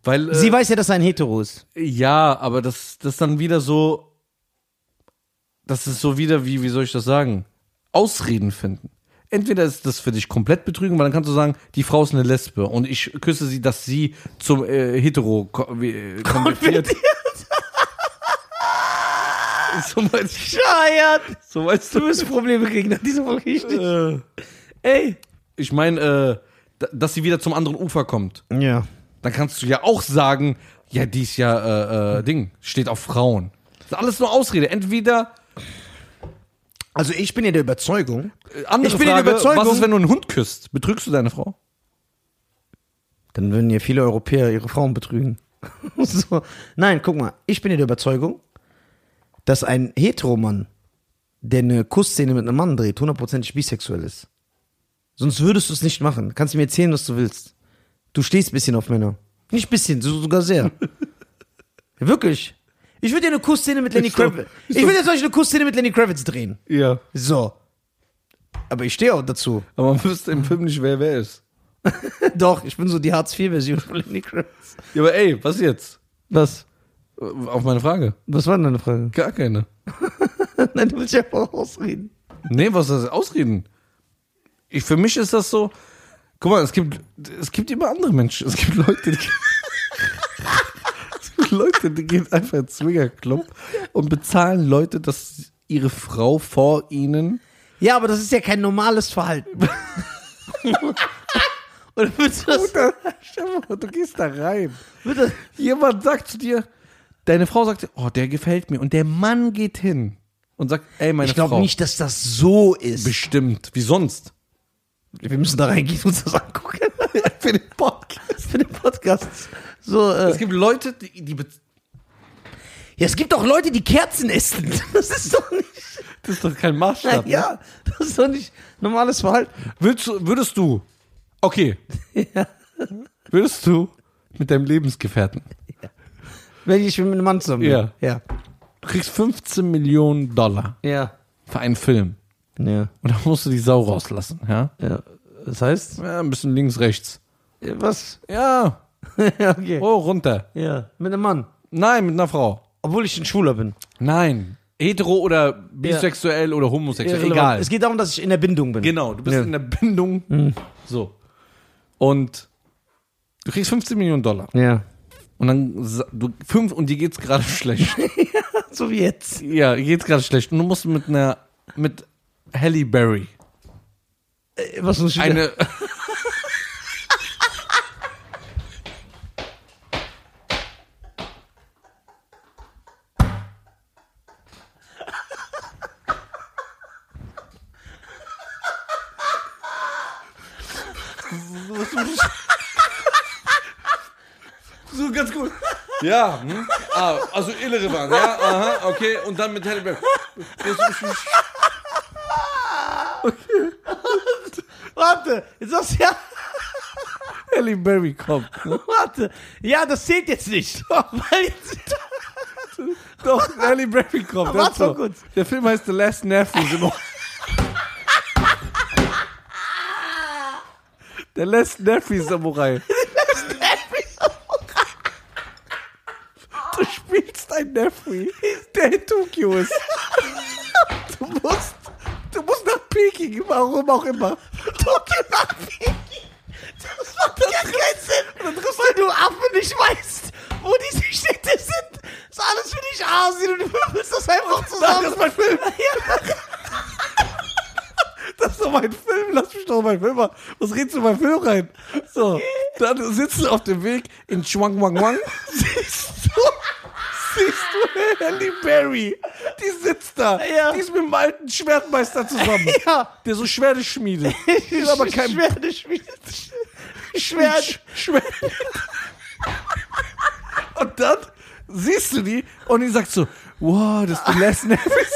Speaker 1: Weil, äh,
Speaker 2: Sie weiß ja, dass er ein Hetero ist.
Speaker 1: ja, aber das, das dann wieder so, das ist so wieder, wie, wie soll ich das sagen? Ausreden finden. Entweder ist das für dich komplett betrügen, weil dann kannst du sagen, die Frau ist eine Lesbe und ich küsse sie, dass sie zum äh, Hetero ko- wie- äh, konvertiert. so meinst,
Speaker 2: Scheiert!
Speaker 1: so meinst du.
Speaker 2: Du wirst Probleme kriegen nach dieser Folge. Ich nicht. Ey!
Speaker 1: Ich meine, äh, da- dass sie wieder zum anderen Ufer kommt.
Speaker 2: Ja.
Speaker 1: Dann kannst du ja auch sagen, ja, die ist ja äh, äh, Ding, steht auf Frauen. Das ist alles nur Ausrede. Entweder
Speaker 2: Also ich bin ja der Überzeugung.
Speaker 1: Äh, Andere
Speaker 2: Ich bin in
Speaker 1: Frage,
Speaker 2: Überzeugung-
Speaker 1: was ist, wenn du einen Hund küsst? Betrügst du deine Frau?
Speaker 2: Dann würden ja viele Europäer ihre Frauen betrügen. so. Nein, guck mal, ich bin ja der Überzeugung, dass ein Heteromann, der eine Kussszene mit einem Mann dreht, hundertprozentig bisexuell ist. Sonst würdest du es nicht machen. Kannst du mir erzählen, was du willst. Du stehst ein bisschen auf Männer. Nicht ein bisschen, so- sogar sehr. Wirklich. Ich würde ja eine Kussszene mit Lenny
Speaker 1: Ist so.
Speaker 2: Kravitz.
Speaker 1: Ist
Speaker 2: Ich
Speaker 1: so.
Speaker 2: würde ja solche eine Kussszene mit Lenny Kravitz drehen.
Speaker 1: Ja.
Speaker 2: So. Aber ich stehe auch dazu.
Speaker 1: Aber man wüsste im Film nicht, wer wer ist.
Speaker 2: Doch, ich bin so die Hartz-IV-Version von Lenny Kravitz.
Speaker 1: Ja, aber ey, was jetzt?
Speaker 2: Was?
Speaker 1: Äh, Auf meine Frage.
Speaker 2: Was war denn deine Frage?
Speaker 1: Gar keine.
Speaker 2: Nein, du willst ja auch ausreden.
Speaker 1: Nee, was ist das? Ausreden. Ich, für mich ist das so. Guck mal, es gibt, es gibt immer andere Menschen. Es gibt Leute, die. es gibt Leute, die gehen einfach ins Swingerclub und bezahlen Leute, dass ihre Frau vor ihnen.
Speaker 2: Ja, aber das ist ja kein normales Verhalten. Oder würdest du das,
Speaker 1: Stell dir vor, du gehst da rein.
Speaker 2: würd das.
Speaker 1: Jemand sagt zu dir, deine Frau sagt, dir, oh, der gefällt mir. Und der Mann geht hin und sagt, ey, meine
Speaker 2: Ich
Speaker 1: Frau.
Speaker 2: glaube nicht, dass das so ist.
Speaker 1: Bestimmt. Wie sonst?
Speaker 2: Wir müssen da reingehen und uns das angucken. Für den Podcast. Für den Podcast. So, äh.
Speaker 1: Es gibt Leute, die, die bez-
Speaker 2: Ja, es gibt auch Leute, die Kerzen essen. Das ist doch nicht.
Speaker 1: das ist doch kein Maßstab. ne?
Speaker 2: Ja, das ist doch nicht normales Verhalten.
Speaker 1: Würdest, du- würdest du, okay,
Speaker 2: Ja.
Speaker 1: würdest du mit deinem Lebensgefährten,
Speaker 2: Wenn ich mit einem Mann zusammen bin.
Speaker 1: Ja.
Speaker 2: Ja.
Speaker 1: du kriegst 15 Millionen Dollar
Speaker 2: Ja.
Speaker 1: für einen Film
Speaker 2: Ja.
Speaker 1: und dann musst du die Sau rauslassen, ja?
Speaker 2: ja. Das heißt?
Speaker 1: Ja, ein bisschen links, rechts.
Speaker 2: Was?
Speaker 1: Ja,
Speaker 2: ja, okay.
Speaker 1: oh, runter.
Speaker 2: Ja. Mit einem Mann.
Speaker 1: Nein, mit einer Frau.
Speaker 2: Obwohl ich ein Schwuler bin.
Speaker 1: Nein. Hetero oder bisexuell oder homosexuell,
Speaker 2: Irrelevant.
Speaker 1: egal.
Speaker 2: Es geht darum, dass ich in der Bindung bin.
Speaker 1: Genau, du bist
Speaker 2: Ja.
Speaker 1: in der Bindung. So. Und du kriegst 15 Millionen Dollar.
Speaker 2: Ja.
Speaker 1: Und dann, sa- du, fünf, und dir geht's gerade schlecht.
Speaker 2: So wie jetzt.
Speaker 1: Ja, geht's gerade schlecht. Und du musst mit einer, mit Halle Berry.
Speaker 2: Äh, Was muss ich wieder-
Speaker 1: Eine. so ganz gut. Ja, hm? ah, also irrelevant, ja, aha, okay, und dann mit Halle Berry.
Speaker 2: Warte, jetzt sagst du ja.
Speaker 1: Halle Berry kommt.
Speaker 2: Warte. Ja, das zählt jetzt nicht. Weil jetzt.
Speaker 1: Doch, Halle Berry kommt.
Speaker 2: Warte
Speaker 1: das so.
Speaker 2: mal kurz.
Speaker 1: Der Film heißt The Last Nephews. Im Der Last Nephew Samurai. Du spielst ein Nephew, der in Tokio ist. Du musst, du musst nach Peking, warum auch immer.
Speaker 2: Tokio nach Peking. Das macht ja keinen Sinn. Weil du Affe nicht weißt, wo diese Städte sind. Ist alles für dich Asien und du würfelst das einfach zusammen.
Speaker 1: das ist mein Film.
Speaker 2: Ja.
Speaker 1: Das ist doch mein Film, lass mich doch meinen Film machen. Was redest du in meinen Film rein? So, dann sitzt du auf dem Weg in Chuang Wang Wang. Siehst du, siehst du Halle Berry? Die sitzt da.
Speaker 2: Ja.
Speaker 1: Die ist mit dem alten Schwertmeister zusammen.
Speaker 2: Ja.
Speaker 1: Der so Schwerte schmiedet. Ist aber kein
Speaker 2: Schwerde schmiedet. Schwert.
Speaker 1: Schwert. Und dann siehst du die und die sagt so, wow, das ist die Last Nervous.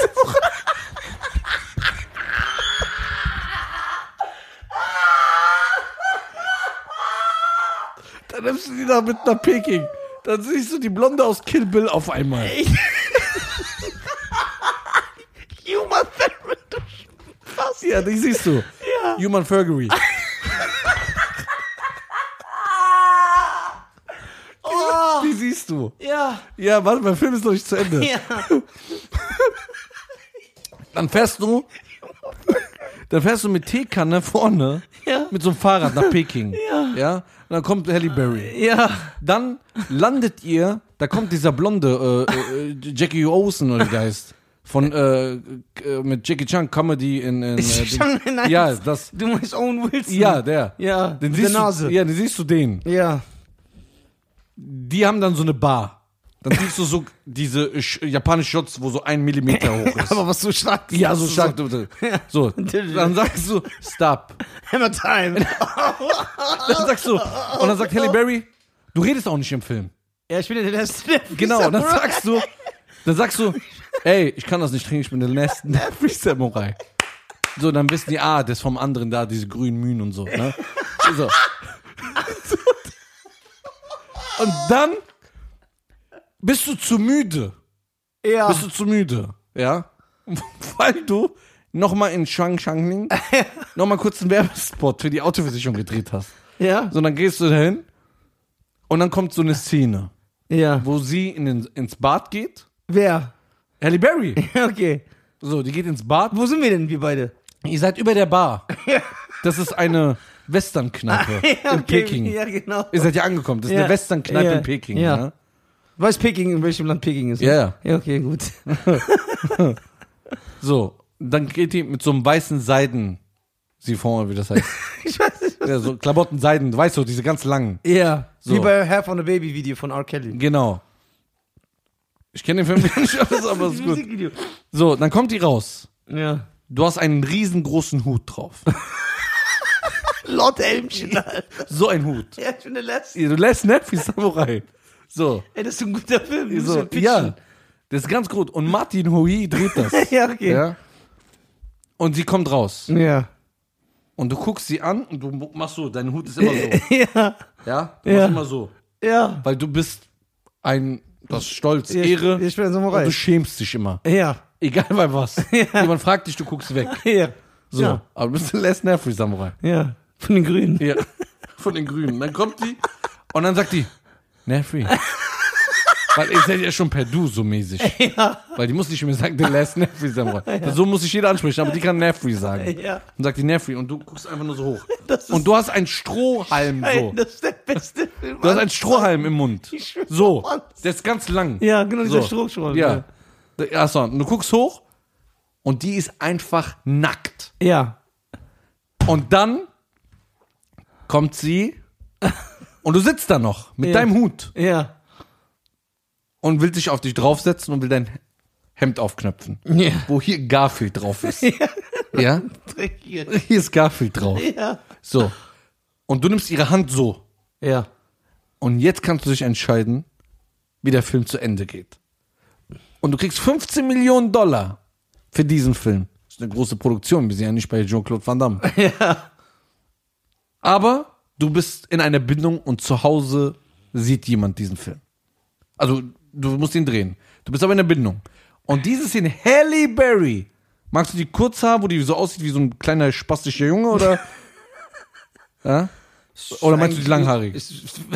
Speaker 1: Dann nimmst du die da mit nach Peking. Dann siehst du die Blonde aus Kill Bill auf einmal.
Speaker 2: Human Ferret. Was?
Speaker 1: Ja, die siehst du.
Speaker 2: Ja.
Speaker 1: Human Fergery.
Speaker 2: Oh.
Speaker 1: Die siehst du.
Speaker 2: Ja.
Speaker 1: Ja, warte, mein Film ist noch nicht zu Ende.
Speaker 2: Ja.
Speaker 1: Dann fährst du. Dann fährst du mit Teekanne vorne
Speaker 2: Ja.
Speaker 1: mit so einem Fahrrad nach Peking.
Speaker 2: Ja.
Speaker 1: ja. Und dann kommt Halle Berry.
Speaker 2: Ja.
Speaker 1: Dann landet ihr, da kommt dieser blonde äh, äh, Jackie Olsen oder wie der heißt. Von äh, äh, mit Jackie Chan Comedy in, in äh,
Speaker 2: Schon
Speaker 1: Ding.
Speaker 2: nice.
Speaker 1: Ja, das
Speaker 2: Du meinst Owen Wilson?
Speaker 1: ja, der.
Speaker 2: Ja.
Speaker 1: Den
Speaker 2: mit
Speaker 1: siehst
Speaker 2: der Nase.
Speaker 1: Du, ja, den siehst du den.
Speaker 2: ja.
Speaker 1: Die haben dann so eine Bar. Dann siehst du so diese äh, Sch- japanische Shots, wo so ein Millimeter hoch ist.
Speaker 2: was so stark.
Speaker 1: ja, so stark. du- du- So, dann sagst du, stop.
Speaker 2: Hammer Time.
Speaker 1: Dann sagst du, und dann sagt Halle Berry, du redest auch nicht im Film.
Speaker 2: Ja, ich bin ja der letzte.
Speaker 1: Genau, dann sagst du, dann sagst du, ey, ich kann das nicht trinken, ich bin der letzte Free Samurai. So, dann wissen die, ah, das ist vom anderen da, diese grünen Mühen und so, ne? So. Und dann bist du zu müde,
Speaker 2: Ja.
Speaker 1: bist du zu müde, ja? Weil du nochmal in Shang Shangling nochmal kurz einen Werbespot für die Autoversicherung gedreht hast.
Speaker 2: Ja.
Speaker 1: So, dann gehst du dahin und dann kommt so eine Szene
Speaker 2: Ja.
Speaker 1: wo sie in den, ins Bad geht.
Speaker 2: Wer?
Speaker 1: Halle Berry.
Speaker 2: Okay.
Speaker 1: So, die geht ins Bad.
Speaker 2: Wo sind wir denn, wir beide?
Speaker 1: Ihr seid über der Bar. Das ist eine Western-Kneipe in Peking.
Speaker 2: Ja, genau.
Speaker 1: Ihr seid ja angekommen. Das ist
Speaker 2: Ja.
Speaker 1: eine Western-Kneipe
Speaker 2: Ja.
Speaker 1: in Peking. Ja.
Speaker 2: Ja.
Speaker 1: Ne?
Speaker 2: Weiß Peking, in welchem Land Peking ist? ne?
Speaker 1: Ja, ja.
Speaker 2: Ja, okay, gut.
Speaker 1: So, dann geht die mit so einem weißen Seiden. Sie vorne, wie das heißt.
Speaker 2: Ich weiß nicht.
Speaker 1: ja, so Klamotten, Seiden, du weißt du, diese ganz langen.
Speaker 2: Ja.
Speaker 1: So.
Speaker 2: Wie bei Hair on a Baby Video von R. Kelly.
Speaker 1: Genau. Ich kenne den Film gar nicht alles, aber ist gut.
Speaker 2: Musikvideo.
Speaker 1: So, dann kommt die raus.
Speaker 2: Ja.
Speaker 1: Du hast einen riesengroßen Hut drauf.
Speaker 2: Lord Helmchen. Alter.
Speaker 1: So ein Hut.
Speaker 2: Ja, ich bin der Letzte.
Speaker 1: Du lässt Nephi Samurai. So.
Speaker 2: Ey, das ist ein guter Film. du musst
Speaker 1: So,
Speaker 2: den pitchen.
Speaker 1: ja, das ist ganz gut. Und Martin Hui dreht das.
Speaker 2: Ja, okay.
Speaker 1: ja? Und sie kommt raus.
Speaker 2: Ja.
Speaker 1: Und du guckst sie an und du machst so, dein Hut ist immer so.
Speaker 2: Ja.
Speaker 1: Ja? Du
Speaker 2: Ja.
Speaker 1: machst immer so.
Speaker 2: Ja.
Speaker 1: Weil du bist ein, das ist Stolz,
Speaker 2: Ja, ich-
Speaker 1: Ehre.
Speaker 2: ich bin ein Samurai.
Speaker 1: und du schämst dich immer.
Speaker 2: Oh, Ja.
Speaker 1: Egal bei was. Jemand fragt dich, du guckst weg.
Speaker 2: Ja.
Speaker 1: So.
Speaker 2: Ja.
Speaker 1: Aber du bist ein Les Nervy Samurai.
Speaker 2: Ja. Von den Grünen.
Speaker 1: Ja. Von den Grünen. Dann kommt die und dann sagt die, Nervy. Weil ihr seid ja schon per Du so mäßig.
Speaker 2: Ja.
Speaker 1: Weil die muss nicht mehr sagen, der lässt Nefri Samurai. So muss sich jeder ansprechen, aber die kann Nefri sagen.
Speaker 2: Ja.
Speaker 1: Und sagt die Nefri und du guckst einfach nur so hoch.
Speaker 2: Das ist-
Speaker 1: Und du hast einen Strohhalm
Speaker 2: Ey,
Speaker 1: so.
Speaker 2: das ist der beste Film.
Speaker 1: Du hast einen Strohhalm im Mund.
Speaker 2: Ich schwöre,
Speaker 1: So.
Speaker 2: Mann.
Speaker 1: Der ist ganz lang.
Speaker 2: Ja, genau, dieser
Speaker 1: so.
Speaker 2: Strohschuh.
Speaker 1: Ja. Achso, und du guckst hoch und die ist einfach nackt.
Speaker 2: Ja.
Speaker 1: Und dann kommt sie und du sitzt da noch mit
Speaker 2: Ja.
Speaker 1: deinem Hut
Speaker 2: Ja.
Speaker 1: und will dich auf dich draufsetzen und will dein Hemd aufknöpfen.
Speaker 2: Ja.
Speaker 1: Wo hier Garfield drauf ist. ja?
Speaker 2: Dreckig.
Speaker 1: Hier ist Garfield drauf.
Speaker 2: Ja.
Speaker 1: So. Und du nimmst ihre Hand so.
Speaker 2: Ja.
Speaker 1: Und jetzt kannst du dich entscheiden, wie der Film zu Ende geht. Und du kriegst 15 Millionen Dollar für diesen Film. Das ist eine große Produktion. Wir sind ja nicht bei Jean-Claude Van Damme.
Speaker 2: Ja.
Speaker 1: Aber du bist in einer Bindung und zu Hause sieht jemand diesen Film. Also, du musst ihn drehen. Du bist aber in der Bindung. Und diese Szene, Halle Berry. Magst du die Kurzhaar, wo die so aussieht wie so ein kleiner spastischer Junge oder? ja? Oder meinst du die langhaarige?
Speaker 2: Ist-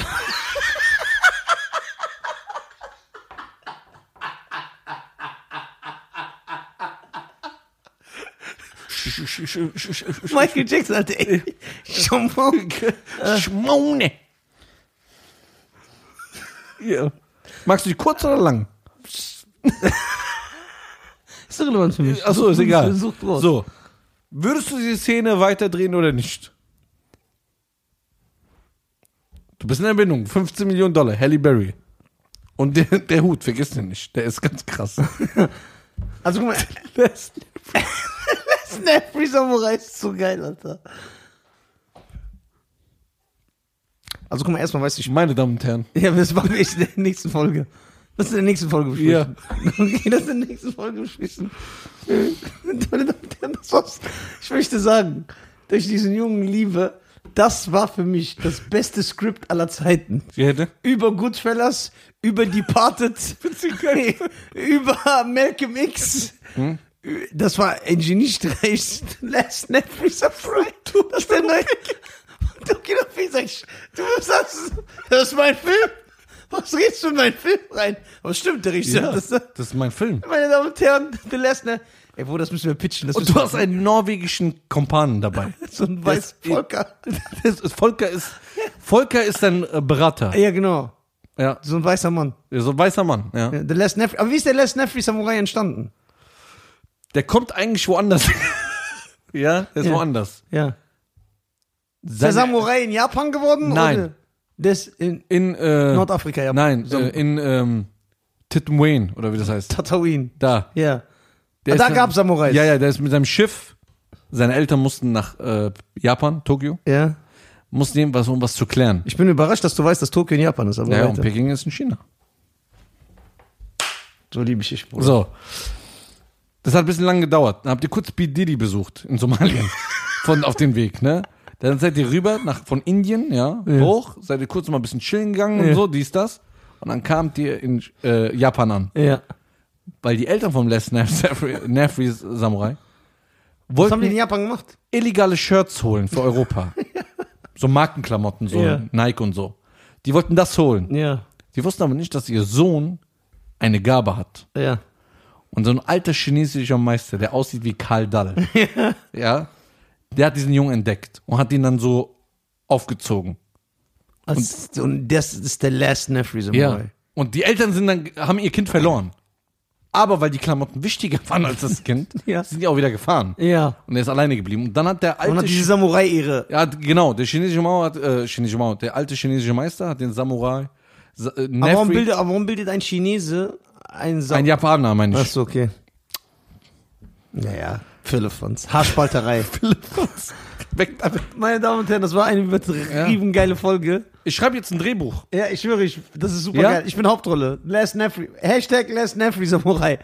Speaker 2: Michael Jackson, Alter. ey. Schon mal.
Speaker 1: Schmaune. Ja. Magst du die kurz oder lang?
Speaker 2: Ist irrelevant für mich.
Speaker 1: Achso, ist egal.
Speaker 2: Such draus.
Speaker 1: So. Würdest du die Szene weiterdrehen oder nicht? Du bist in der Bindung. 15 Millionen Dollar. Halle Berry. Und der, der Hut, vergiss den nicht. Der ist ganz krass.
Speaker 2: Also guck mal. Das Snapfree Samurai ist so geil, Alter. Also guck mal, erstmal weiß ich.
Speaker 1: Meine Damen und Herren.
Speaker 2: Ja, das machen wir echt in der nächsten Folge. Das in der nächsten Folge besprechen. Okay, das in der nächsten Folge besprechen. Meine Damen und Herren, das war's. Ich möchte sagen, durch diesen jungen Liebe, das war für mich das beste Skript aller Zeiten
Speaker 1: Sie hätte?
Speaker 2: über Goodfellas, über Departed, über Malcolm X.
Speaker 1: Hm?
Speaker 2: Ü- Das war ein geniestreich. Last Netflix Fry. Das ist der neue. Okay, ich sag, ich- du sagst, das ist mein Film. Was redest du in meinen Film rein? Aber es stimmt, der Richter.
Speaker 1: Ja.
Speaker 2: Das,
Speaker 1: Das ist mein Film.
Speaker 2: meine Damen und Herren, The Last Net. Ey, Bruder, das müssen wir pitchen. Das
Speaker 1: Und
Speaker 2: müssen
Speaker 1: du
Speaker 2: wir-
Speaker 1: hast einen norwegischen Kompanen dabei.
Speaker 2: so ein weiß Volker.
Speaker 1: Das ist, Volker ist Volker ist dein äh, Berater.
Speaker 2: Ja, genau.
Speaker 1: Ja.
Speaker 2: So ein weißer Mann.
Speaker 1: So ein weißer Mann. Ja.
Speaker 2: The Last Netflix. Aber wie ist der Last Netflix Samurai entstanden?
Speaker 1: Der kommt eigentlich woanders. ja, der ist
Speaker 2: Ja.
Speaker 1: woanders.
Speaker 2: Ja. Ist
Speaker 1: Seine,
Speaker 2: der Samurai in Japan geworden?
Speaker 1: Nein.
Speaker 2: Oder? Das in
Speaker 1: in äh,
Speaker 2: Nordafrika, Japan.
Speaker 1: Nein,
Speaker 2: So.
Speaker 1: äh, in ähm, Titten Wayne oder wie das heißt.
Speaker 2: Tatooine.
Speaker 1: Da.
Speaker 2: Ja.
Speaker 1: Der
Speaker 2: Ah, da
Speaker 1: ist-
Speaker 2: gab's Samurais.
Speaker 1: Ja, ja, der ist mit seinem Schiff. Seine Eltern mussten nach äh, Japan, Tokio,
Speaker 2: Ja.
Speaker 1: mussten ihm was, um was zu klären.
Speaker 2: Ich bin überrascht, dass du weißt, dass Tokio in Japan ist. Aber
Speaker 1: Ja, und
Speaker 2: weiter.
Speaker 1: Peking ist in China.
Speaker 2: so liebe ich dich, Bruder.
Speaker 1: So. Das hat ein bisschen lang gedauert. Dann habt ihr kurz P. Diddy besucht in Somalia. von, auf dem Weg, ne? Dann seid ihr rüber nach, von Indien, ja, hoch, seid ihr kurz mal ein bisschen chillen gegangen
Speaker 2: Ja.
Speaker 1: und so, dies, das. Und dann kamt ihr in äh, Japan an.
Speaker 2: Ja.
Speaker 1: Weil die Eltern vom Les Nefri Samurai
Speaker 2: Was haben die in
Speaker 1: wollten
Speaker 2: Japan gemacht?
Speaker 1: illegale Shirts holen für Europa. so Markenklamotten, so
Speaker 2: Ja.
Speaker 1: Nike und so. Die wollten das holen.
Speaker 2: Ja.
Speaker 1: Die wussten aber nicht, dass ihr Sohn eine Gabe hat.
Speaker 2: Ja.
Speaker 1: Und so ein alter chinesischer Meister, der aussieht wie Karl Dall, ja, der hat diesen Jungen entdeckt und hat ihn dann so aufgezogen.
Speaker 2: Das, und, das ist der Last Nephew Samurai.
Speaker 1: Und die Eltern sind dann, haben ihr Kind verloren. Aber weil die Klamotten wichtiger waren als das Kind,
Speaker 2: Ja.
Speaker 1: sind die auch wieder gefahren.
Speaker 2: Ja.
Speaker 1: Und er ist alleine geblieben. Und dann hat der
Speaker 2: Und
Speaker 1: alte,
Speaker 2: hat diese
Speaker 1: Chi-
Speaker 2: Samurai ihre.
Speaker 1: ja, genau, der chinesische Mauer hat, äh, chinesische Mauer, der alte chinesische Meister hat den Samurai, Sa- äh,
Speaker 2: Aber warum,
Speaker 1: Nefri-
Speaker 2: bildet, aber warum bildet ein Chinese einen
Speaker 1: ein
Speaker 2: Samurai?
Speaker 1: Japaner, meine ich.
Speaker 2: Achso, okay. Naja, Philippans. Haarspalterei.
Speaker 1: Weg damit.
Speaker 2: Meine Damen und Herren, das war eine übertrieben geile Folge.
Speaker 1: Ich schreibe jetzt ein Drehbuch.
Speaker 2: Ja, ich schwöre, ich, das ist super
Speaker 1: Ja?
Speaker 2: geil. Ich bin Hauptrolle. Last Nefri. Hashtag Last Nefri Samurai.